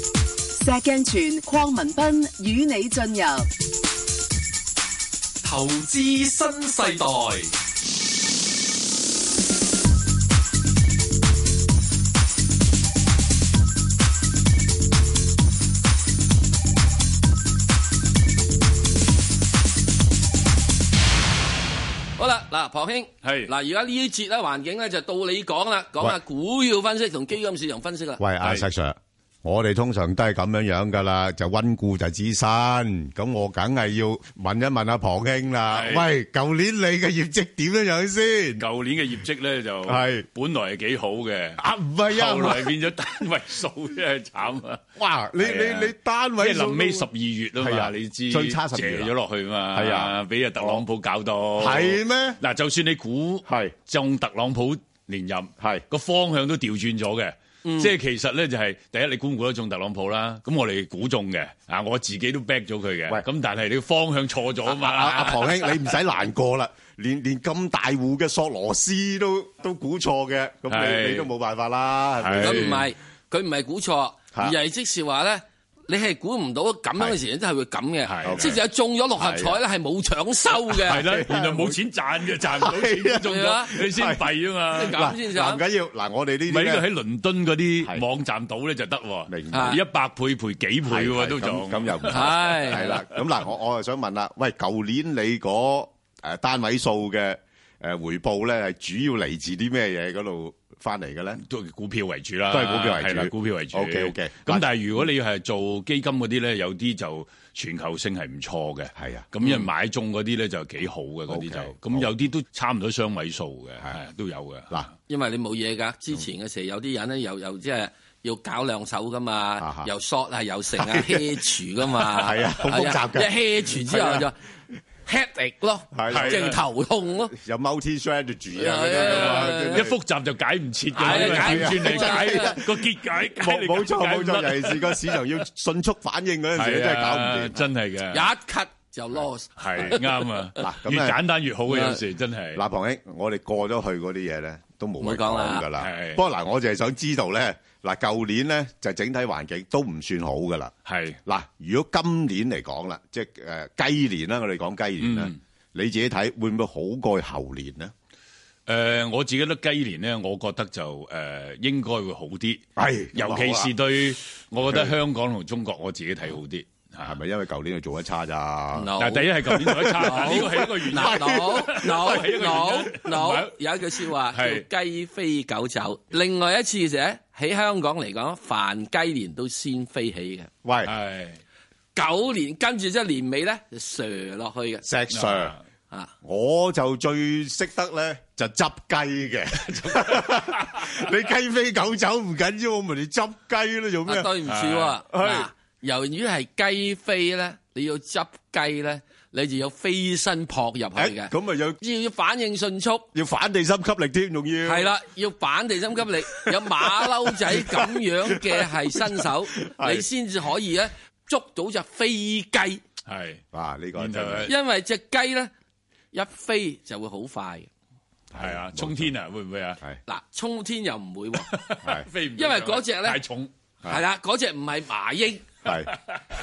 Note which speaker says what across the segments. Speaker 1: 石鏡泉、鄺民彬與你進入
Speaker 2: 投資新世代，好啦，嗱，龐兄，
Speaker 3: 係
Speaker 2: 嗱，而家呢一節咧環境咧就到你講啦，講下
Speaker 4: 喂
Speaker 2: 股票分析同基金市場分析啦。
Speaker 4: 喂，阿 Sir，我哋通常都係咁樣樣㗎啦，就溫故就知新。咁我梗係要問一問阿龐兄啦。
Speaker 3: 係。
Speaker 4: 喂，舊年你嘅業績點樣樣先？
Speaker 3: 舊年嘅業績咧就
Speaker 4: 係
Speaker 3: 本來係幾好嘅，
Speaker 4: 啊，唔係啊，
Speaker 3: 後來變咗單位數，真係慘啊！
Speaker 4: 哇，你-你-
Speaker 3: 係啊。
Speaker 4: 你單
Speaker 3: 即係
Speaker 4: 位數都-
Speaker 3: 臨尾十二月啊
Speaker 4: 係
Speaker 3: 嘛，
Speaker 4: 啊
Speaker 3: 你知
Speaker 4: 最差12
Speaker 3: 借咗落去嘛，
Speaker 4: 係啊
Speaker 3: 俾阿特朗普搞到
Speaker 4: 係咩？
Speaker 3: 嗱，就算你估
Speaker 4: 係
Speaker 3: 中特朗普連任，
Speaker 4: 係
Speaker 3: 個方向都調轉咗嘅。
Speaker 4: 嗯
Speaker 3: 即係其實咧就係、第一你估唔估得中特朗普啦，咁我哋估中嘅，啊我自己都 back 咗佢嘅，
Speaker 4: 喂
Speaker 3: 咁但係你個方向錯咗啊嘛，
Speaker 4: 阿 -阿龐兄，你唔使難過啦，連-連咁大戶嘅索羅斯都-都估錯嘅，咁你-
Speaker 3: 係。
Speaker 4: 你都冇辦法啦，係咪？
Speaker 3: 係。
Speaker 2: 佢唔係，佢唔係估錯，而係即是話咧，你係估唔到咁樣嘅時間真係會咁嘅，
Speaker 3: 係
Speaker 2: 即係中咗六合彩咧係冇搶收
Speaker 3: 係
Speaker 2: 嘅，
Speaker 4: 啊
Speaker 3: 啦，原來冇錢賺嘅，賺唔到錢中
Speaker 2: 係啊
Speaker 3: 咗，你先弊啊嘛。
Speaker 2: 咁先
Speaker 4: 嗱，
Speaker 2: 生。
Speaker 3: 唔
Speaker 4: 唔緊要，嗱，我哋呢啲
Speaker 3: 係呢
Speaker 4: 咧，
Speaker 3: 個喺倫敦嗰
Speaker 4: 係
Speaker 3: 啲網站賭咧就得喎，
Speaker 4: 明白。
Speaker 2: 啊
Speaker 3: 一百倍賠幾倍
Speaker 4: 係，
Speaker 3: 喎
Speaker 4: 係，
Speaker 3: 都仲
Speaker 4: 咁-咁又唔同。
Speaker 2: 係。
Speaker 4: 係啦，咁嗱，我-我就想問啦，喂，舊年你嗰，誒，單位數嘅，誒，回報呢，係主要嚟自啲咩嘢嗰度返嚟嘅呢？
Speaker 3: 都係股票為主啦，
Speaker 4: 都係股票為主。
Speaker 3: 係啦，股票為主。
Speaker 4: OK，OK。
Speaker 3: 咁但係如果你係做基金嗰啲咧，有啲就全球性係唔錯嘅。
Speaker 4: 係啊
Speaker 3: 咁因為買中嗰啲咧就幾好嘅，嗰啲
Speaker 4: OK，
Speaker 3: 就咁有啲都差唔多雙位數嘅，係都有嘅。
Speaker 4: 嗱，
Speaker 2: 因為你冇嘢㗎，之前嘅時候有啲人咧又又即係要搞兩手㗎嘛
Speaker 4: 哈，
Speaker 2: 又 short 啊又成啊 hedge 㗎嘛，
Speaker 4: 係啊好複雜㗎
Speaker 2: 係啊一 hedge 之後
Speaker 4: 係
Speaker 2: 就 headache 咯，
Speaker 4: 係啊
Speaker 2: 淨頭痛咯，
Speaker 4: 有 multi-strategy啊，嗰啲
Speaker 2: 係啊，係啊，
Speaker 4: 啊，真係。
Speaker 3: 一複雜就解唔切
Speaker 2: 係啊
Speaker 3: 嘅，因為
Speaker 2: 解唔
Speaker 3: 調轉
Speaker 2: 切
Speaker 3: 嚟
Speaker 2: 係啊
Speaker 3: 解個結解，解
Speaker 4: 冇-
Speaker 3: 你
Speaker 4: 冇錯，
Speaker 3: 解唔
Speaker 4: 冇錯，
Speaker 3: 得
Speaker 4: 尤其是個市場要迅速反應嗰陣時，
Speaker 3: 係
Speaker 4: 真係搞唔掂。
Speaker 3: 啊，真係
Speaker 2: 一
Speaker 3: 嘅，
Speaker 2: 咳就 loss。
Speaker 3: 係啱啊！
Speaker 4: 嗱咁
Speaker 3: 越
Speaker 4: 啊
Speaker 3: 簡單越好嘅，
Speaker 2: 嗯
Speaker 3: 有時真係。
Speaker 4: 嗱，龐兄，我哋過咗去嗰啲嘢咧，都冇
Speaker 2: 冇
Speaker 4: 乜
Speaker 2: 講啦
Speaker 4: 講噶啦
Speaker 3: 係。
Speaker 4: 不過嗱，我就係想知道咧，嗱，舊年咧就整體環境都唔算好噶啦。
Speaker 3: 係
Speaker 4: 嗱，如果今年嚟講啦，即係誒雞年啦，我哋講雞年啦
Speaker 3: 嗯，
Speaker 4: 你自己睇會唔會好過猴年咧？
Speaker 3: 誒、我自己覺得雞年咧，我覺得就誒、呃、應該會好啲，
Speaker 4: 係
Speaker 3: 尤其是對，我覺得香港同中國，我自己睇好啲嚇
Speaker 4: 係。咪因為舊年佢做得差咋？
Speaker 2: No
Speaker 3: 但係第一係舊年做得差，
Speaker 2: 好
Speaker 3: 啊呢個係一個原因。
Speaker 2: 嗱，no
Speaker 3: 係一個
Speaker 2: no
Speaker 3: 原因
Speaker 2: no
Speaker 3: 唔
Speaker 2: no，
Speaker 3: 係
Speaker 2: 有一句説話
Speaker 3: 係
Speaker 2: 叫雞飛狗走。另外一次者喺香港嚟講，凡雞年都先飛起嘅，
Speaker 4: 喂，
Speaker 3: 係
Speaker 2: 九年跟住即係年尾咧就瀉落去嘅。
Speaker 4: 石 Sir，
Speaker 2: 啊！
Speaker 4: 我就最識得咧就執 雞嘅。你雞飛狗走唔緊要，我咪你執雞咯，做
Speaker 2: 啊，
Speaker 4: 咩？
Speaker 2: 對唔住喎，
Speaker 4: 係
Speaker 2: 嗱，由於係雞飛咧，你要執雞咧，你就要飛身撲入去嘅，
Speaker 4: 誒咁咪有
Speaker 2: 要要反應迅速，
Speaker 4: 要反地心吸力添，仲要
Speaker 2: 係啦，要反地心吸力，有馬騮仔咁樣嘅係身手，
Speaker 4: 係
Speaker 2: 你先至可以咧捉到只飛雞，
Speaker 3: 係
Speaker 4: 哇！呢個
Speaker 3: 然後
Speaker 4: 真
Speaker 3: 咧
Speaker 4: 係
Speaker 2: 因為只雞咧一飛就會好快嘅。
Speaker 3: 係啊，衝天啊，會唔會啊？
Speaker 4: 係
Speaker 2: 嗱，衝天又唔會喎，
Speaker 4: 係
Speaker 3: 飛唔
Speaker 2: 因為
Speaker 3: 到上
Speaker 2: 嗰隻咧
Speaker 3: 太重，
Speaker 2: 係啦，嗰只唔係麻鷹，
Speaker 4: 係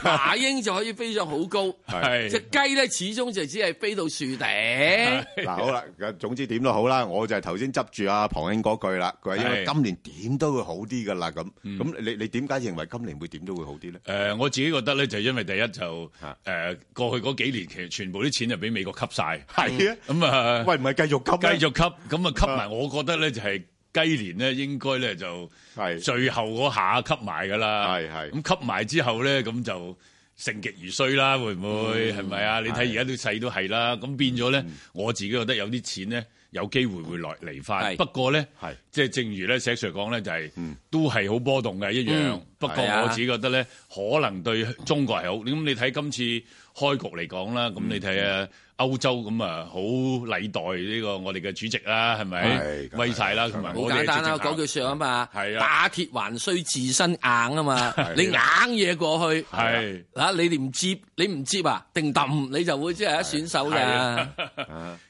Speaker 2: 麻鷹就可以飛上好高。
Speaker 3: 係
Speaker 2: 只雞咧，始終就只係飛到樹頂。
Speaker 4: 嗱好啦，咁總之點都好啦，我就係頭先執住阿龐兄嗰句啦，佢話因為
Speaker 3: 係
Speaker 4: 今年點都會好啲噶啦咁，咁你你點解認為今年會點都會好啲咧？
Speaker 3: 誒、我自己覺得咧，就因為第一就誒、
Speaker 4: 嚇
Speaker 3: 過去嗰幾年，其實全部啲錢就俾美國吸晒。
Speaker 4: 係
Speaker 3: 咁啊
Speaker 4: 啊，。喂唔係繼續吸咩
Speaker 3: 繼續吸，咁啊吸埋，我覺得咧就係雞年咧應該咧就
Speaker 4: 係
Speaker 3: 最後嗰下吸埋噶啦，
Speaker 4: 係係
Speaker 3: 咁吸埋之後咧咁就盛極如衰啦，會唔會係咪啊？你睇而家啲勢都係啦，咁變咗咧，我自己覺得有啲錢咧有機會會來嚟翻，
Speaker 2: 係
Speaker 3: 不過咧
Speaker 4: 係
Speaker 3: 即係正如咧石 Sir 講咧就係都係好波動嘅一樣
Speaker 2: 嗯，
Speaker 3: 不過
Speaker 2: 係啊
Speaker 3: 我自己覺得咧可能對中國係好，咁你睇今次。開局嚟講啦，咁你睇下歐洲咁啊，好禮待呢個我哋嘅主席啦，係咪
Speaker 4: 係梗係
Speaker 3: 威晒啦，同埋
Speaker 2: 好
Speaker 3: 我哋
Speaker 2: 簡
Speaker 3: 嘅
Speaker 2: 單啦，
Speaker 3: 主席
Speaker 2: 講句説話啊嘛，
Speaker 3: 係啊
Speaker 2: 打鐵還需自身硬啊嘛，你硬嘢過去，
Speaker 3: 係
Speaker 2: 嗱你哋唔接，你唔接啊，定揼你就會即係一選手㗎。
Speaker 3: 啊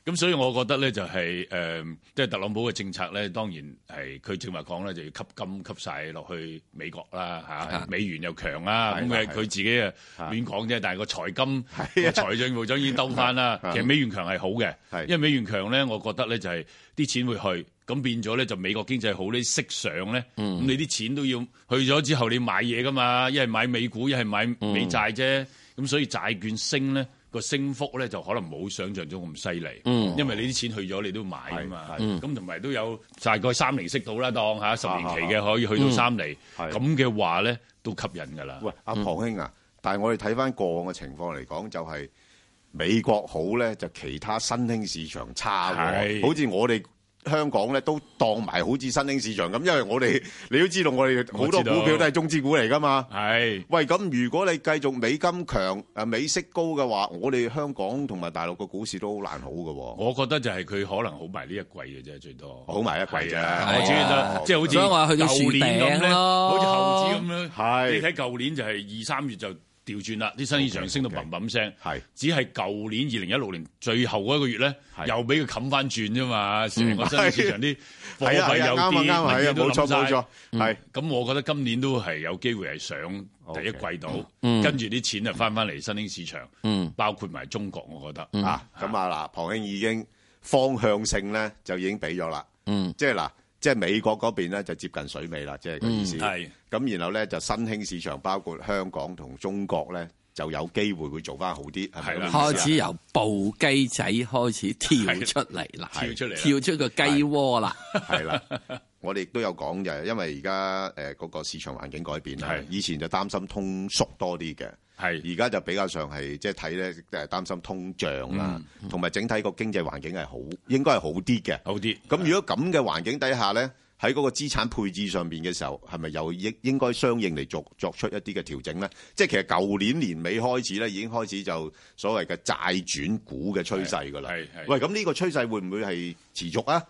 Speaker 3: 咁所以我覺得咧就係、誒、即係特朗普嘅政策咧，當然係佢正話講咧，就要吸金吸晒落去美國啦嚇、
Speaker 2: 係
Speaker 3: 美元又強啦，
Speaker 4: 係
Speaker 3: 咁
Speaker 4: 係
Speaker 3: 佢佢自己啊
Speaker 4: 係
Speaker 3: 亂講啫，但係個財金
Speaker 4: 係
Speaker 3: 個財政部長已經兜翻啦。
Speaker 4: 係
Speaker 3: 其實美元強係好
Speaker 4: 係
Speaker 3: 嘅，因為美元強咧，我覺得咧就係、啲錢會去，咁變咗咧就美國經濟好呢息上咧，咁、
Speaker 4: 嗯
Speaker 3: 你啲錢都要去咗之後你買嘢噶嘛，一係買美股，一係買
Speaker 4: 嗯
Speaker 3: 美債啫，咁、所以債券升咧。個升幅咧就可能冇想象中咁犀利，因為你啲錢去咗你都買啊嘛，咁同埋都有大概三厘息到啦，當嚇十年期嘅可以去到三厘，
Speaker 4: 係
Speaker 3: 咁嘅話咧都吸引㗎啦。
Speaker 4: 喂，阿龐兄啊，但係我哋睇翻過往嘅情況嚟講，就係美國好咧，就其他新興市場差喎。
Speaker 3: 係
Speaker 4: 好似我哋香港咧，都當埋好似新興市場咁，因為我哋你都知道，我哋好
Speaker 3: 我
Speaker 4: 多
Speaker 3: 知道
Speaker 4: 股票都係中資股嚟噶嘛。
Speaker 3: 係
Speaker 4: 喂，咁如果你繼續美金強、誒美息高嘅話，我哋香港同埋大陸個股市都好難好嘅喎。
Speaker 3: 我覺得就係佢可能好埋呢一季嘅啫，最多
Speaker 4: 好埋一季
Speaker 3: 係
Speaker 4: 啫哦
Speaker 3: 啊
Speaker 2: 係啊
Speaker 3: 我主要就即係好似
Speaker 2: 所以話去到
Speaker 3: 舊年咁
Speaker 2: 樹頂
Speaker 3: 咧，
Speaker 2: 咯
Speaker 3: 好似猴子咁樣。
Speaker 4: 係
Speaker 3: 你睇舊年就係二三月就調轉啦，啲新市場升到砰砰聲。
Speaker 4: 係
Speaker 3: 只係舊年二零一六年最後嗰一個月咧，
Speaker 4: 係嗯
Speaker 3: 又俾佢冚翻轉啫嘛，成個新興市場啲貨
Speaker 4: 係啊，
Speaker 3: 幣
Speaker 4: 係啊，啱啊，
Speaker 3: 又跌，
Speaker 4: 啱啊，
Speaker 3: 文
Speaker 4: 係啊，
Speaker 3: 件都
Speaker 4: 冇錯
Speaker 3: 冧
Speaker 4: 冇錯
Speaker 3: 晒。，嗯
Speaker 4: 係
Speaker 3: 咁我覺得今年都係有機會係上第一季度，
Speaker 4: 嗯
Speaker 3: 跟住啲錢就翻翻嚟新興市場，包括埋中國，我覺得
Speaker 4: 啊，咁啊嗱，龐兄已經方向性咧就已經俾咗啦，
Speaker 2: 嗯，
Speaker 4: 即係嗱，即係美國嗰邊咧就接近水尾啦，即係個意思。
Speaker 3: 嗯係
Speaker 4: 咁然後咧就新興市場包括香港同中國咧就有機會會做翻好啲，係咪
Speaker 3: 係啦
Speaker 4: 咁嘅意
Speaker 2: 開
Speaker 4: 思啊
Speaker 2: 始由部雞仔開始跳出嚟啦，
Speaker 3: 跳出嚟啦
Speaker 2: 跳出個雞窩啦。
Speaker 4: 係 啦，我哋亦都有講就係因為而家誒嗰個市場環境改變啦
Speaker 3: 係，嗯
Speaker 4: 以前就擔心通縮多啲嘅，
Speaker 3: 係
Speaker 4: 而家就比較上係即係睇咧誒擔心通脹啦，
Speaker 3: 嗯
Speaker 4: 同埋整體個經濟環境係好應該係好啲嘅。
Speaker 3: 好啲。
Speaker 4: 咁如果咁嘅環境底下咧，喺嗰個資產配置上面嘅時候，係咪又應應該相應嚟作作出一啲嘅調整咧？即係其實舊年年尾開始咧，已經開始就所謂嘅債轉股嘅趨勢㗎啦。
Speaker 3: 係係係
Speaker 4: 喂，咁呢個趨勢會唔會係持續啊？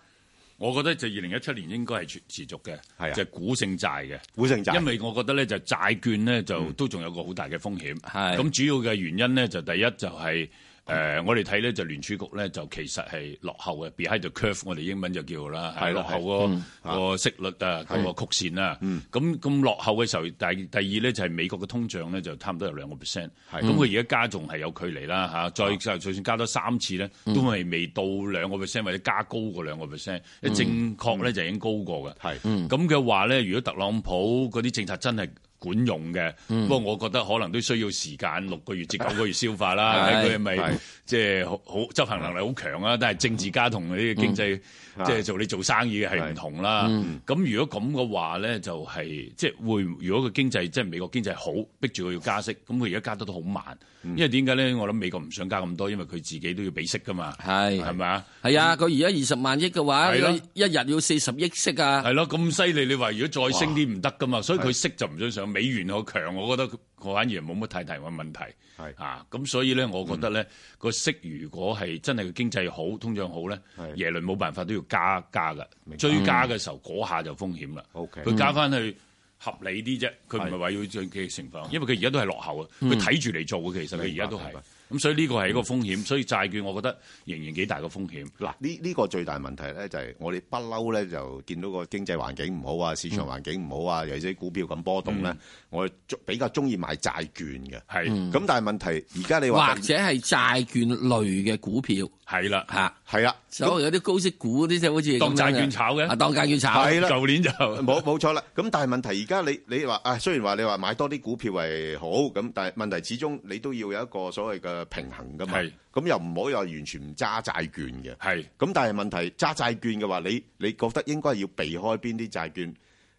Speaker 3: 我覺得就二零一七年應該係持持續
Speaker 4: 係啊
Speaker 3: 嘅，就係股性債嘅。
Speaker 4: 股性債
Speaker 3: 因為我覺得咧就債券咧就都仲有個好大嘅風險。
Speaker 2: 係
Speaker 3: 咁主要嘅原因咧就第一就係、呃我哋睇咧就聯儲局咧就其實係落後嘅，behind the curve 我哋英文就叫啦，
Speaker 4: 係
Speaker 3: 係落
Speaker 4: 啦
Speaker 3: 後個個息率啊，嗯嗰個曲線啦。咁咁落後嘅時候，第第二咧就係美國嘅通脹咧就差唔多有兩個 percent。咁佢而家加仲係有距離啦嚇，再就就算加多三次咧，都係未到兩個 percent 或者加高過兩個 percent，正確咧就已經高過嘅。
Speaker 4: 係
Speaker 3: 咁嘅話咧，如果特朗普嗰啲政策真係管用嘅，不過我覺得可能都需要時間六個月至九個月消化啦，
Speaker 2: 係
Speaker 3: 睇佢係咪
Speaker 4: 係
Speaker 3: 即係好好執行能力好強啊？但係政治家同呢個經濟即係做你做生意嘅係唔同啦。咁如果咁嘅話咧，就係即係會如果個經濟即係美國經濟好，逼住佢要加息，咁佢而家加得都好慢，因為點解咧？我諗美國唔想加咁多，因為佢自己都要俾息噶嘛，
Speaker 2: 係
Speaker 3: 係咪啊？
Speaker 2: 係啊，佢而家二十萬億嘅話，
Speaker 3: 係咯
Speaker 2: 佢一日要四十億息啊。
Speaker 3: 係咯，咁犀利！你話如果再升啲唔得噶嘛，所以佢息就唔想上。美元好強，我覺得佢反而冇乜太大嘅問題。
Speaker 4: 係嗯
Speaker 3: 啊，咁所以咧，我覺得咧個息如果係真係個經濟好、通脹好咧
Speaker 4: 係，
Speaker 3: 耶倫冇辦法都要加加噶。追加嘅時候嗰下就風險啦。
Speaker 4: 嗯 OK
Speaker 3: 佢加翻去合理啲啫，佢唔係話要最嘅情況，因為佢而家都係落後啊，佢睇住嚟做嘅，其實佢而家都係
Speaker 4: 嗯明白。嗯
Speaker 3: 咁所以呢個係一個風險，所以債券我覺得仍然幾大嘅風險。
Speaker 4: 嗱，呢呢個最大問題咧，就係我哋不嬲咧，就見到個經濟環境唔好啊，市場環境唔好
Speaker 2: 嗯
Speaker 4: 啊，尤其是股票咁波動咧，我哋中比較中意買債券嘅。
Speaker 3: 係
Speaker 4: 咁但係問題而家你話
Speaker 2: 嗯或者係債券類嘅股票
Speaker 3: 係啦，
Speaker 2: 嚇，
Speaker 4: 係啊啦，
Speaker 2: 所以有啲高息股嗰啲就好似
Speaker 3: 當
Speaker 2: 咁樣
Speaker 3: 債券炒嘅
Speaker 2: 啊當債券炒
Speaker 4: 係啦
Speaker 3: 舊年就
Speaker 4: 冇冇錯啦。咁但係問題而家你你話啊，雖然話你話買多啲股票係好，咁但係問題始終你都要有一個所謂嘅平衡噶嘛
Speaker 3: 係。
Speaker 4: 咁又唔可以話完全唔揸債券嘅。
Speaker 3: 係。
Speaker 4: 咁但係問題揸債券嘅話，你你覺得應該要避開邊啲債券？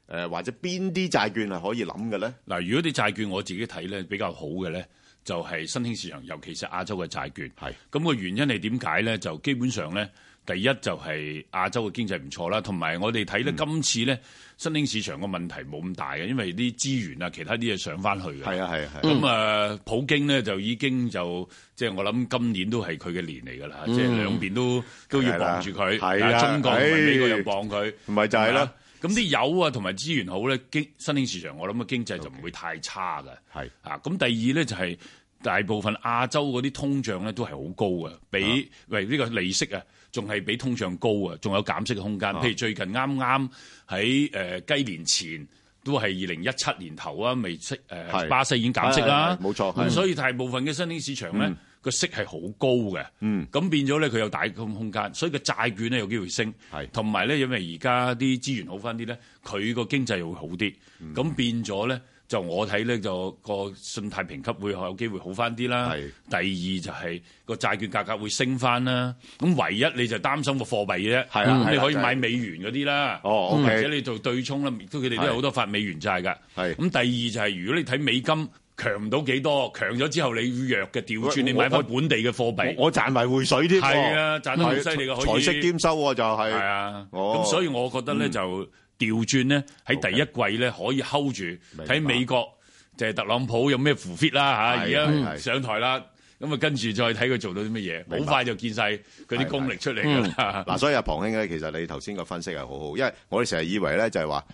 Speaker 4: 誒、或者邊啲債券係可以諗嘅咧？
Speaker 3: 嗱，如果啲債券我自己睇咧比較好嘅咧，就係新興市場，尤其是亞洲嘅債券。
Speaker 4: 係
Speaker 3: 咁個原因係點解咧？就基本上咧第一就係亞洲嘅經濟唔錯啦，同埋我哋睇
Speaker 4: 嗯
Speaker 3: 咧今次咧新興市場嘅問題冇咁大嘅，因為啲資源啊其他啲嘢上翻去嘅。
Speaker 4: 係啊係啊係啊。
Speaker 3: 咁啊，普京咧就已經就即係我諗今年都係佢嘅年嚟㗎啦，即係兩邊都都要傍住佢，
Speaker 4: 嗯係哎啦
Speaker 3: 啊中國同埋美國
Speaker 4: 唉
Speaker 3: 又傍佢，
Speaker 4: 唔係就係啦
Speaker 3: 係咪啊。咁啲油啊同埋資源好咧，經新興市場我諗嘅經濟就唔會太差㗎。
Speaker 4: 係
Speaker 3: 啊，咁第二咧就係、大部分亞洲嗰啲通脹咧都係好高嘅，
Speaker 4: 啊
Speaker 3: 比喂呢個利息啊，仲係比通脹高啊，仲有減息嘅空間。譬如最近啱啱喺誒雞年前。都係二零一七年頭啊，未息誒、
Speaker 4: 係
Speaker 3: 巴西已經減息啦，
Speaker 4: 係係係冇錯係
Speaker 3: 咁所以大部分嘅新興市場咧，個、息係好高嘅，
Speaker 4: 嗯
Speaker 3: 咁變咗咧佢有大空空間，所以個債券咧有機會升
Speaker 4: 係，
Speaker 3: 同埋咧因為而家啲資源好翻啲咧，佢個經濟又會好啲，咁、
Speaker 4: 嗯
Speaker 3: 變咗咧就我睇咧就個信貸評級會有機會好翻啲啦。
Speaker 4: 係
Speaker 3: 第二就係個債券價格會升翻啦，咁唯一你就擔心個貨幣嘅啫，
Speaker 4: 係啊
Speaker 3: 咁
Speaker 4: 係
Speaker 3: 你
Speaker 4: 啊
Speaker 3: 可以
Speaker 4: 就係
Speaker 3: 買美元嗰啲啦，
Speaker 4: 哦
Speaker 3: 或
Speaker 4: OK
Speaker 3: 者你做對沖啦，亦都佢哋都有好多發美元債㗎。
Speaker 4: 係
Speaker 3: 咁第二就係如果你睇美金強唔到幾多，強咗之後你弱嘅調轉，
Speaker 4: 喂
Speaker 3: 你
Speaker 4: 我
Speaker 3: 買翻
Speaker 4: 我
Speaker 3: 本地嘅貨幣。
Speaker 4: 我賺埋匯水添喎，
Speaker 3: 係啊賺得好犀利㗎可以
Speaker 4: 財色兼收喎就係。
Speaker 3: 係啊，
Speaker 4: 哦嗯
Speaker 3: 咁所以我覺得咧就調轉咧喺第一季咧可以 hold 住，
Speaker 4: 明白
Speaker 3: 睇美國就係特朗普有咩扶 fit 啦嚇，而
Speaker 4: 係
Speaker 3: 家
Speaker 4: 係
Speaker 3: 上台啦，咁啊跟住再睇佢做到啲乜嘢，
Speaker 4: 明
Speaker 3: 好
Speaker 4: 白
Speaker 3: 快就見晒佢啲功力出嚟㗎啦。
Speaker 4: 嗱，所以阿龐兄咧，其實你頭先個分析係好好，因為我哋成日以為咧就係話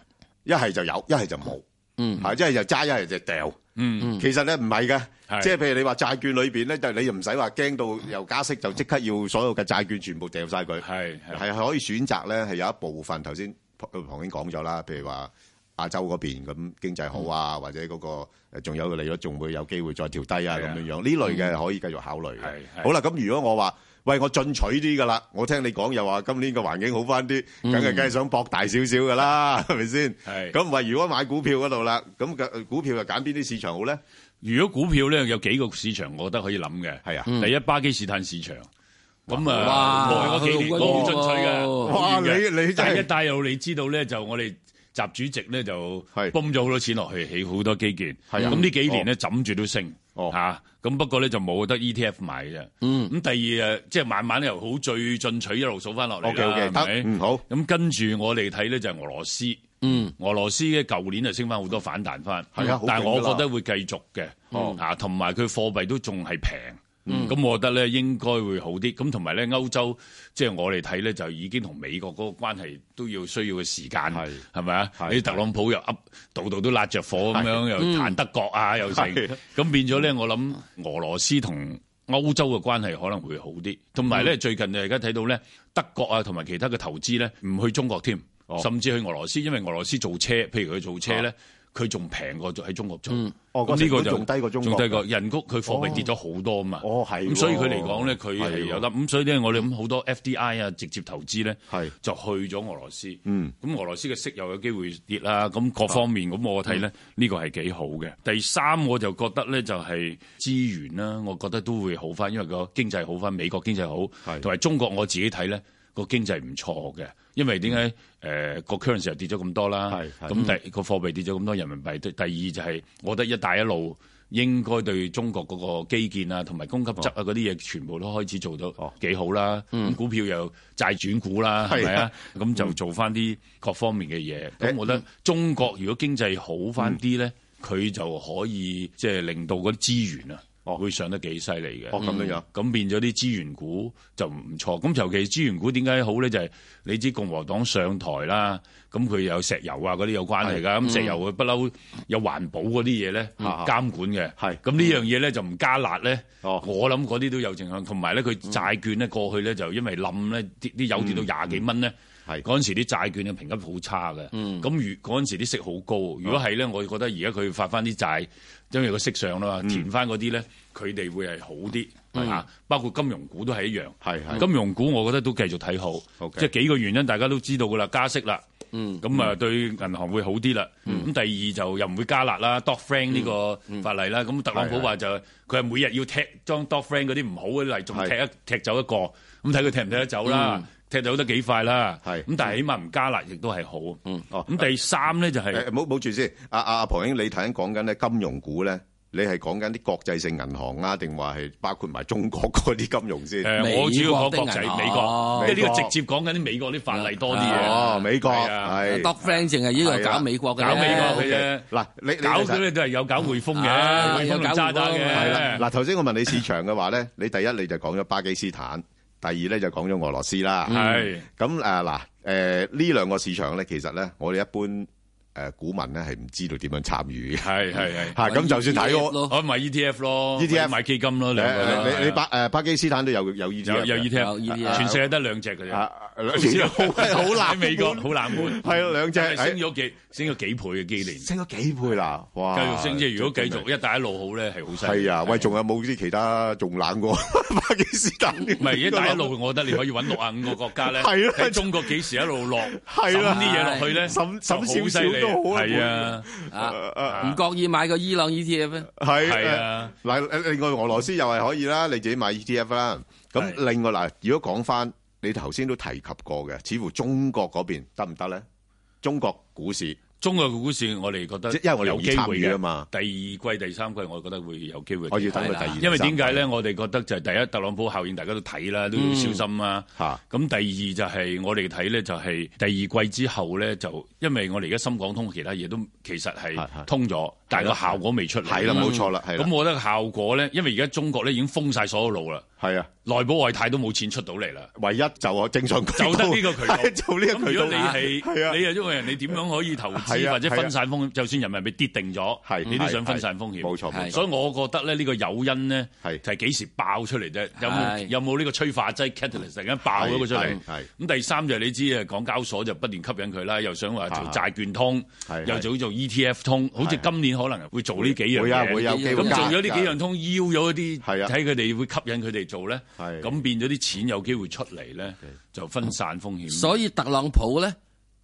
Speaker 4: 一係就有，一係就冇，
Speaker 2: 嗯
Speaker 4: 嚇一係就揸，一係就掉。
Speaker 3: 嗯，
Speaker 4: 其實咧唔係
Speaker 3: 係
Speaker 4: 嗯嘅，即係譬如你話債券裏邊咧，就你又唔使話驚到又加息就即刻要所有嘅債券全部掉晒佢，
Speaker 3: 係係
Speaker 4: 係可以選擇咧係有一部分頭先呃龐龐兄講咗啦，譬如話亞洲嗰邊咁經濟好啊，或者嗰個誒仲有個利率仲會有機會再調低啊
Speaker 3: 係
Speaker 4: 咁
Speaker 3: 嗯啊
Speaker 4: 樣樣，呢類嘅可以繼續考慮嘅
Speaker 3: 係係
Speaker 4: 好啦，咁如果我話喂我進取啲噶啦，我聽你講又話今年個環境好翻啲，
Speaker 3: 嗯
Speaker 4: 梗係梗係想博大少少 噶啦，係咪先？
Speaker 3: 係
Speaker 4: 咁喂，如果買股票嗰度啦，咁嘅股票又揀邊啲市場好咧？
Speaker 3: 如果股票咧有幾個市場，我覺得可以諗嘅。
Speaker 4: 係啊
Speaker 3: 第一巴基斯坦市場，咁
Speaker 2: 哇
Speaker 3: 啊，過去嗰幾年
Speaker 2: 佢
Speaker 3: 都
Speaker 2: 好
Speaker 3: 好
Speaker 2: 威
Speaker 3: 進取嘅。
Speaker 2: 喎
Speaker 4: 哇
Speaker 3: 好遠嘅
Speaker 4: 你你真係
Speaker 3: 但係一帶一路你知道咧，就我哋習主席咧就
Speaker 4: 係
Speaker 3: 泵咗好多錢落去起好多基建，
Speaker 4: 係啊
Speaker 3: 咁呢幾年咧枕住都升
Speaker 4: 哦
Speaker 3: 嚇。咁不過咧就冇得 ETF 買嘅啫。
Speaker 2: 嗯
Speaker 3: 咁第二誒，即係慢慢由好最進取一路數翻落嚟
Speaker 4: OK，OK，
Speaker 3: 啦，係咪
Speaker 4: 得嗯好
Speaker 3: 咁跟住我哋睇咧就係俄羅斯。
Speaker 2: 嗯，
Speaker 3: 俄羅斯嘅舊年就升翻好多反彈翻，
Speaker 4: 係啊好勁㗎啦
Speaker 3: 但係我覺得會繼續
Speaker 4: 哦
Speaker 3: 嘅，啊，同埋佢貨幣都仲係
Speaker 4: 嗯
Speaker 3: 平，咁我覺得咧應該會好啲，咁同埋咧歐洲即係我哋睇咧就已經同美國嗰個關係都要需要嘅時間，
Speaker 4: 係
Speaker 3: 係咪啊？
Speaker 4: 係
Speaker 3: 你特朗普又噏度度都焫着火咁樣，又彈德國啊，又成，
Speaker 4: 嗯係
Speaker 3: 咁變咗咧，我諗俄羅斯同歐洲嘅關係可能會好啲，同埋
Speaker 4: 嗯
Speaker 3: 咧最近你而家睇到咧德國啊同埋其他嘅投資咧唔去中國添。
Speaker 4: 哦
Speaker 3: 甚至去俄羅斯，因為俄羅斯做車，譬如佢做車咧，佢仲平過喺中國做。
Speaker 4: 哦個
Speaker 3: 咁呢個
Speaker 4: 成本
Speaker 3: 就
Speaker 4: 仲低過中國
Speaker 3: 仲低過人工，佢貨幣跌咗好多嘛。
Speaker 4: 哦係喎
Speaker 3: 咁所以佢嚟講咧，佢
Speaker 4: 係
Speaker 3: 係
Speaker 4: 喎
Speaker 3: 有得咁，所以咧我哋咁好多 FDI 啊，直接投資咧，
Speaker 4: 係
Speaker 3: 就去咗俄羅斯。
Speaker 4: 嗯，啊
Speaker 3: 咁俄羅斯嘅息又有機會跌啦，咁各方面咁我睇咧呢個係幾好嘅。第三我就覺得咧就係資源啦，我覺得都會好翻，因為個經濟好翻，美國經濟好，
Speaker 4: 係
Speaker 3: 同埋中國我自己睇咧個經濟唔錯嘅，因為點解誒個 currency 又跌咗咁多啦，
Speaker 4: 嗯係係
Speaker 3: 咁第個貨幣跌咗咁多人民幣，第第二就係我覺得一帶一路。應該對中國嗰個基建啊，同埋供給側啊嗰啲嘢，全部都開始做到
Speaker 4: 哦
Speaker 3: 幾好啦。咁、股票又債轉股啦，係
Speaker 4: 係
Speaker 3: 咪
Speaker 4: 啊
Speaker 3: 啊？咁就做翻啲各方面嘅嘢。咁
Speaker 4: 誒嗯
Speaker 3: 我覺得中國如果經濟好翻啲咧，佢就可以即係令到嗰啲資源啊，
Speaker 4: 哦
Speaker 3: 會上得幾犀利嘅。
Speaker 4: 哦咁樣樣
Speaker 3: 嗯咁變咗啲資源股就唔錯。咁尤其資源股點解好咧？就係、你知共和黨上台啦，咁佢有石油啊嗰啲有關係㗎。
Speaker 4: 嗯
Speaker 3: 咁石油佢不嬲有環保嗰啲嘢咧
Speaker 4: 啊
Speaker 3: 監管嘅。
Speaker 4: 係嗯
Speaker 3: 咁呢樣嘢咧就唔加辣咧。
Speaker 4: 哦嗯
Speaker 3: 我諗嗰啲都有正向，同埋咧佢債券咧過去咧就因為冧咧啲啲油跌到廿
Speaker 4: 嗯
Speaker 3: 幾蚊咧。
Speaker 4: 係嗯
Speaker 3: 嗰陣時啲債券嘅評級好差嘅，咁、如嗰陣時啲息好高，如果
Speaker 4: 哦
Speaker 3: 係咧，我覺得而家佢發翻啲債，因為個息上
Speaker 4: 嗯
Speaker 3: 啦嘛，填翻嗰啲咧，佢哋會係好啲啊，包括金融股都係一樣。
Speaker 4: 係係
Speaker 3: 金融股我覺得都繼續睇好
Speaker 4: OK 嗯
Speaker 3: 即係幾個原因大家都知道噶啦，加息啦，咁啊、對銀行會好啲啦。咁、第二就又唔會加辣啦 d o g
Speaker 4: 嗯
Speaker 3: Frank 呢個法例啦，咁、特朗普話就佢係每日要踢將 d o g Frank 嗰啲唔好嘅例仲踢一踢走一個，咁睇佢踢唔踢得走啦。
Speaker 4: 嗯
Speaker 3: 踢走得幾快啦，
Speaker 4: 係
Speaker 3: 咁但係起碼唔加辣，亦都係好。
Speaker 4: 哦
Speaker 3: 咁第三咧就係
Speaker 4: 誒，冇冇住先，阿阿阿龐兄，你頭先講緊咧金融股咧，你係講緊啲國際性銀行啊，定話係包括埋中國嗰啲金融先？
Speaker 3: 誒，
Speaker 2: 美
Speaker 3: 我主要
Speaker 2: 國
Speaker 3: 講
Speaker 2: 的
Speaker 3: 國
Speaker 2: 銀
Speaker 3: 際
Speaker 2: 行
Speaker 3: 美國，因為呢個
Speaker 4: 美國
Speaker 3: 直接講緊啲美國啲法例多啲嘢。
Speaker 4: 哦，美國
Speaker 3: 係啊
Speaker 4: 係
Speaker 2: Doc Frank 淨係呢個
Speaker 4: 係啊
Speaker 2: 搞美國嘅啫，
Speaker 3: 搞美國嘅
Speaker 4: OK，
Speaker 3: 啫
Speaker 4: 嗱，你你
Speaker 3: 搞
Speaker 4: 其實
Speaker 3: 佢咧都係有搞匯豐嘅，
Speaker 2: 啊
Speaker 3: 匯豐同
Speaker 2: 有搞
Speaker 3: 渣打
Speaker 2: 匯豐
Speaker 3: 嘅。
Speaker 4: 啊係啦，嗱，頭先我問你市場嘅話咧，你第一你就講咗巴基斯坦，第二咧就講咗俄 羅斯啦。
Speaker 3: 係
Speaker 4: 咁啊嗱，誒呢兩個市場咧，其實咧我哋一般誒股民咧係唔知道點樣 參與嘅。
Speaker 3: 係係係，
Speaker 4: 嚇，咁就算睇
Speaker 2: ETF
Speaker 4: 我
Speaker 2: E 咯
Speaker 3: 我買 ETF 咯
Speaker 4: ETF
Speaker 3: 買基金咯，兩個都
Speaker 4: E 誒
Speaker 3: 係啊
Speaker 4: 你你巴誒巴基斯坦都有有 E T
Speaker 3: 有有
Speaker 2: 有
Speaker 3: ETF，
Speaker 2: ETF
Speaker 3: 全世界得兩隻嘅啫。
Speaker 4: 啊，兩隻好好
Speaker 3: 喺
Speaker 4: 難
Speaker 3: 美國好冷門，
Speaker 4: 係啊兩隻
Speaker 3: 但係升
Speaker 4: 喺
Speaker 3: 咗幾升咗幾倍嘅幾年，
Speaker 4: 升咗幾倍啦，哇！
Speaker 3: 繼續升即係如果繼續一帶一路好咧，係好犀利。
Speaker 4: 係啊，喂，仲有冇啲其他仲冷過 巴基斯坦？
Speaker 3: 唔係一帶一路，我覺得你可以揾六啊五個國家咧，
Speaker 4: 係啦啊
Speaker 3: 喺中國幾時一路落，
Speaker 4: 係啦
Speaker 3: 抌啲嘢落去咧，
Speaker 4: 審
Speaker 3: 就好
Speaker 4: 審少
Speaker 3: 犀
Speaker 4: 少
Speaker 3: 利
Speaker 4: 都好啊
Speaker 3: 係啊，
Speaker 2: 啊，唔覺意買個伊朗 E ETF 咧，
Speaker 4: 係
Speaker 3: 係
Speaker 4: 誒
Speaker 3: 啊
Speaker 4: 嗱，誒另外俄羅斯又係可以啦，你自己買 ETF 啦。咁
Speaker 3: 係
Speaker 4: 另外嗱，如果講翻你頭先都提及過嘅，似乎中國嗰邊得唔得咧？中國股市
Speaker 3: 中國嘅股市我哋覺得
Speaker 4: 即因為我哋
Speaker 3: 有
Speaker 4: 容易
Speaker 3: 機
Speaker 4: 參
Speaker 3: 會
Speaker 4: 與
Speaker 3: 嘅
Speaker 4: 啊嘛
Speaker 3: 第二季、第三季，我覺得會有機會。啊
Speaker 4: 我要等佢第二，
Speaker 3: 因為點解咧？？我哋覺得就係第一，特朗普效應大家都睇啦，都要小心啦。
Speaker 4: 嚇
Speaker 3: 咁第二就係我哋睇咧，就係第二季之後咧，就因為我哋而家深港通其他嘢都其實
Speaker 4: 係
Speaker 3: 係
Speaker 4: 係
Speaker 3: 通咗，但係個效果未出嚟。
Speaker 4: 係啦，冇錯啦，係啦
Speaker 3: 咁，我覺得效果咧，因為而家中國咧已經封晒所有路啦，
Speaker 4: 係啊，
Speaker 3: 內保外貸都冇錢出到嚟啦。
Speaker 4: 唯一就我正常渠道
Speaker 3: 就得呢個渠道，
Speaker 4: 係就呢個
Speaker 3: 咁
Speaker 4: 渠
Speaker 3: 如果
Speaker 4: 道
Speaker 3: 你
Speaker 4: 啦係啊
Speaker 3: 係你係因為人哋點樣可以投
Speaker 4: 係
Speaker 3: 資
Speaker 4: 啊
Speaker 3: 或者
Speaker 4: 係啊
Speaker 3: 分散風險，就算人民幣跌定咗，
Speaker 4: 係
Speaker 3: 你都想
Speaker 4: 係
Speaker 3: 分散風險。
Speaker 4: 冇錯
Speaker 2: 係
Speaker 4: 冇
Speaker 3: 所
Speaker 4: 錯，
Speaker 3: 以我覺得咧，呢個誘因咧
Speaker 4: 係
Speaker 3: 就係幾時爆出嚟啫？有冇
Speaker 2: 係
Speaker 3: 有冇呢個催化劑 catalyst 突然間爆咗佢出
Speaker 4: 係
Speaker 3: 嚟？
Speaker 4: 係
Speaker 3: 咁第三就係你知啊，港交所就不斷吸引佢啦，又想話做
Speaker 4: 啊
Speaker 3: 債券通
Speaker 4: 係，
Speaker 3: 又做做 ETF 通，好似今年可能會做呢幾樣
Speaker 4: 會啊
Speaker 3: 嘢。
Speaker 4: 會有機
Speaker 3: 咁
Speaker 4: 會
Speaker 3: 做
Speaker 4: 加
Speaker 3: 咗呢幾樣通，邀咗一啲
Speaker 4: 係啊
Speaker 3: 睇佢哋會吸引佢哋做咧，
Speaker 4: 係
Speaker 3: 咁變咗啲錢有機會出嚟咧，就分散風險。
Speaker 2: 所以特朗普咧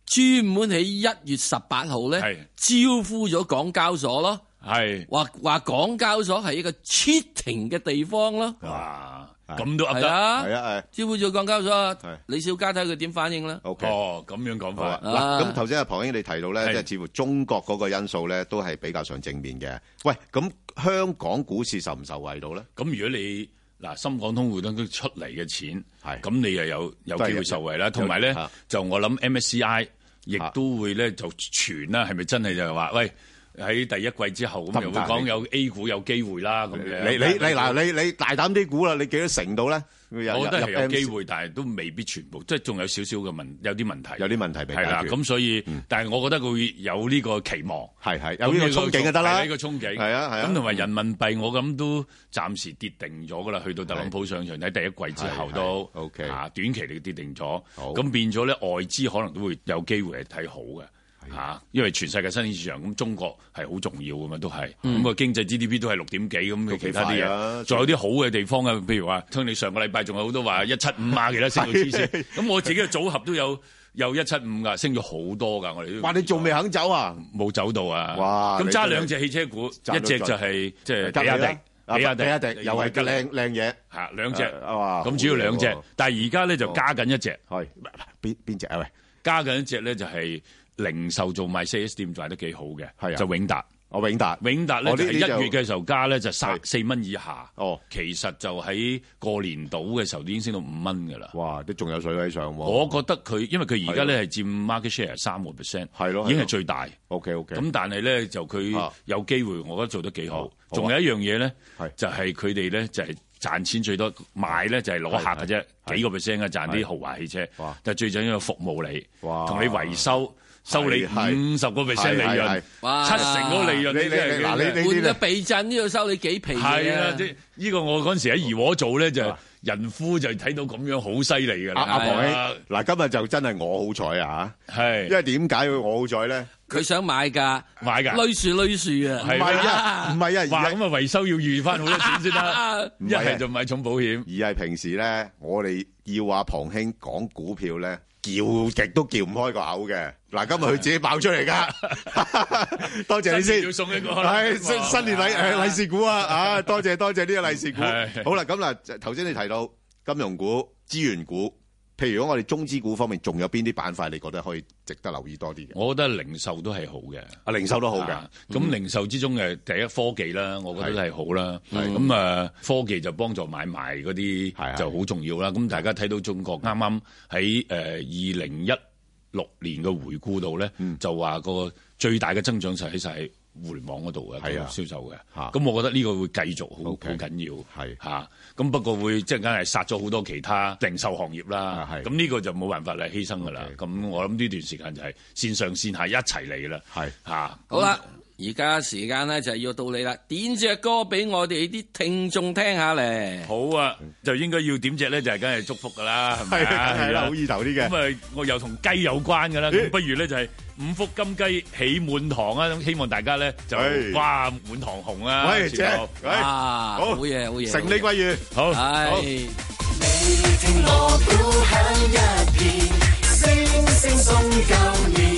Speaker 2: 專門喺一月十八號咧
Speaker 3: 係
Speaker 2: 招呼咗港交所咯，
Speaker 3: 係
Speaker 2: 話話港交所係一個 cheating 嘅地方咯，
Speaker 3: 哇，
Speaker 4: 係
Speaker 3: 咁都噏
Speaker 2: 係
Speaker 3: 得
Speaker 4: 係
Speaker 2: 啊，
Speaker 4: 啊係。
Speaker 2: 招呼咗港交所啊
Speaker 4: 係，
Speaker 2: 李小加睇佢點反應啦。
Speaker 4: O K，
Speaker 3: 哦，咁樣講
Speaker 4: 好啊！
Speaker 3: 法，
Speaker 2: 啊
Speaker 4: 嗱，咁頭先阿龐兄你提到咧，
Speaker 3: 係
Speaker 4: 即係似乎中國嗰個因素咧，都係比較上正面嘅。喂，咁香港股市受唔受惠到咧？
Speaker 3: 咁如果你嗱深港通匯通出嚟嘅錢，
Speaker 4: 係
Speaker 3: 咁你又有有
Speaker 4: 都係
Speaker 3: 機會受惠啦，同埋咧
Speaker 4: 啊
Speaker 3: 就我諗 MSCI 亦都會咧就傳啦，係咪真係就係話喂喺第一季之後咁
Speaker 4: 得
Speaker 3: 又會
Speaker 4: 唔得啊
Speaker 3: 講
Speaker 4: 你
Speaker 3: 有 A 股有機會啦咁樣。
Speaker 4: 你你你嗱，你你大膽啲估啦，你幾多成到咧？我
Speaker 3: 我覺得係有機會，但係都未必全部，即係仲有少少嘅問，有啲問題。
Speaker 4: 有啲問題未解嗯
Speaker 3: 係啦，
Speaker 4: 決。
Speaker 3: 咁所以，但係我覺得佢會有呢個期望。
Speaker 4: 係係有呢個憧憬就得啦。
Speaker 3: 係呢個憧憬
Speaker 4: 係啊係啊
Speaker 3: 咁同埋人民幣，我諗都暫時跌定咗噶啦，去到特朗普上場喺第一季之後都
Speaker 4: 係係，OK
Speaker 3: 啊短期嚟跌定咗，
Speaker 4: 好
Speaker 3: 咁變咗咧外資可能都會有機會係睇好嘅。嚇，因為全世界新興市場咁，中國係好重要噶嘛，都係咁個經濟 GDP 都係六點幾咁，
Speaker 4: 嗯都
Speaker 3: 嘅
Speaker 4: 幾
Speaker 3: 其他啲
Speaker 4: 快啊
Speaker 3: 嘢，仲有啲好嘅地方啊，譬如話，聽你上個禮拜仲有好多話一七五啊，其他升到黐 線，咁我自己嘅組合都有有一七五噶，升咗好多噶，我哋都
Speaker 4: 哇！你仲未肯走啊？
Speaker 3: 冇走到啊！
Speaker 4: 哇
Speaker 3: 咁
Speaker 4: 你
Speaker 3: 揸
Speaker 4: 真係
Speaker 3: 兩隻汽車股，
Speaker 4: 揸
Speaker 3: 一
Speaker 4: 到
Speaker 3: 隻
Speaker 4: 盡
Speaker 3: 就係即係
Speaker 4: 吉
Speaker 3: 比亞
Speaker 4: 利啦
Speaker 3: 迪，比亞迪，
Speaker 4: 啊比亞迪又係個靚靚嘢。
Speaker 3: 嚇兩隻，
Speaker 4: 啊哇
Speaker 3: 咁主要兩隻
Speaker 4: 好嘢喎，
Speaker 3: 但係而家咧就加緊一隻，
Speaker 4: 係邊邊只啊？喂，
Speaker 3: 加緊一隻咧就係零售做賣四 S 店賣得幾好嘅
Speaker 4: 係啊，
Speaker 3: 就永達。
Speaker 4: 我永達，
Speaker 3: 永達咧
Speaker 4: 我
Speaker 3: 就
Speaker 4: 呢
Speaker 3: 係一
Speaker 4: 啲就
Speaker 3: 月嘅時候加咧就三
Speaker 4: 係
Speaker 3: 四蚊以下，
Speaker 4: 哦
Speaker 3: 其實就喺過年到嘅時候已經升到五蚊㗎啦。
Speaker 4: 哇！都仲有水位上喎。
Speaker 3: 我覺得佢因為佢而家咧係佔 market share 三個 percent，
Speaker 4: 係咯係咯
Speaker 3: 已經係最大。
Speaker 4: OK OK，
Speaker 3: 咁但係咧就佢
Speaker 4: 啊
Speaker 3: 有機會，我覺得做得幾好
Speaker 4: 好。啊
Speaker 3: 仲有一樣嘢咧
Speaker 4: 係，
Speaker 3: 就係佢哋咧就係賺錢最多，買咧就係攞客嘅啫，幾個 percent 嘅賺啲豪華汽車
Speaker 4: 哇。
Speaker 3: 但係最緊要服務你，
Speaker 4: 哇
Speaker 3: 同你維修收你
Speaker 4: 係係
Speaker 3: 五十個 percent 利
Speaker 4: 係
Speaker 3: 潤
Speaker 4: 係，
Speaker 2: 哇
Speaker 3: 七成嗰個利潤
Speaker 4: 你你
Speaker 3: 真係
Speaker 4: 你嗱你
Speaker 3: 嘅
Speaker 4: 呢
Speaker 2: 換
Speaker 4: 啲
Speaker 2: 咗
Speaker 4: 咧
Speaker 2: 避震都要收你幾皮
Speaker 3: 係
Speaker 2: 嘢
Speaker 3: 啦，
Speaker 2: 啊
Speaker 3: 即！係呢個我嗰陣時喺怡和做咧就係
Speaker 4: 啊
Speaker 3: 人夫就睇到咁樣好犀利㗎
Speaker 4: 阿阿
Speaker 3: 啦，
Speaker 4: 龐兄，嗱今日就真係我好彩啊！因
Speaker 3: 係
Speaker 4: 為點解我好彩咧？
Speaker 2: 佢想買㗎，
Speaker 3: 買㗎
Speaker 2: 攣樹攣樹啊！
Speaker 4: 唔
Speaker 3: 係
Speaker 4: 係 啊，唔係啊，
Speaker 3: 哇
Speaker 4: 而係
Speaker 3: 咁啊維修要預翻好多錢先得，
Speaker 4: 唔
Speaker 3: 一
Speaker 4: 係啊
Speaker 3: 係就買重保險。
Speaker 4: 而係平時咧，我哋要阿龐兄講股票咧，叫極都叫唔開個口嘅。嗱，今日佢自己爆出 嚟噶，多謝你
Speaker 3: 新年
Speaker 4: 先。
Speaker 3: 要送一 個啦
Speaker 4: 係新新年禮誒利是股啊！啊，多謝多謝呢個利是股。
Speaker 3: 係
Speaker 4: 好啦，咁嗱，頭先你提到金融股、資源股譬如如果我哋中資股方面，仲有邊啲板塊你覺得可以值得留意多啲嘅？
Speaker 3: 我覺得零售都係好嘅。
Speaker 4: 啊，嗯零售都好㗎
Speaker 3: 啊，咁零售之中嘅第一科技啦，我覺得係好啦。
Speaker 4: 係
Speaker 3: 咁啊，科技就幫助買賣嗰
Speaker 4: 係
Speaker 3: 啲
Speaker 4: 係
Speaker 3: 就好重要啦。咁大家睇到中國啱啱喺誒呃二零一六年嘅回顧度咧，
Speaker 4: 嗯
Speaker 3: 就話個最大嘅增長就喺晒互聯網嗰度嘅
Speaker 4: 係啊
Speaker 3: 銷售嘅。
Speaker 4: 嚇
Speaker 3: 咁我覺得呢個會繼續好好
Speaker 4: OK
Speaker 3: 緊要。
Speaker 4: 係
Speaker 3: 嚇，咁不過會即係梗係殺咗好多其他零售行業啦
Speaker 4: 啊。係
Speaker 3: 咁呢個就冇辦法嚟犧牲㗎啦。
Speaker 4: OK
Speaker 3: 咁我諗呢段時間就係線上線下一齊嚟啦。
Speaker 4: 係
Speaker 3: 嚇。
Speaker 2: 好啦，而家時間咧就係要到你啦，點只歌俾我哋啲聽眾聽下咧。
Speaker 3: 好啊，就應該要點隻咧，就係梗係祝福噶 啦，係咪啊？
Speaker 4: 係啦，好意頭啲嘅。
Speaker 3: 咁啊，我又同雞有關噶啦，咁不如咧就係五福金雞喜滿堂啊！咁希望大家咧就
Speaker 4: 喂
Speaker 3: 哇滿堂紅啊！
Speaker 4: 喂，
Speaker 3: 全部
Speaker 4: 姐，喂，
Speaker 2: 啊，
Speaker 4: 哎好
Speaker 2: 好嘢，好嘢，
Speaker 4: 成呢
Speaker 2: 好嘢
Speaker 4: 歸月。
Speaker 3: 好，
Speaker 2: 啊
Speaker 3: 好
Speaker 2: 唉。
Speaker 5: 你聽我鼓響一片，聲聲送舊年。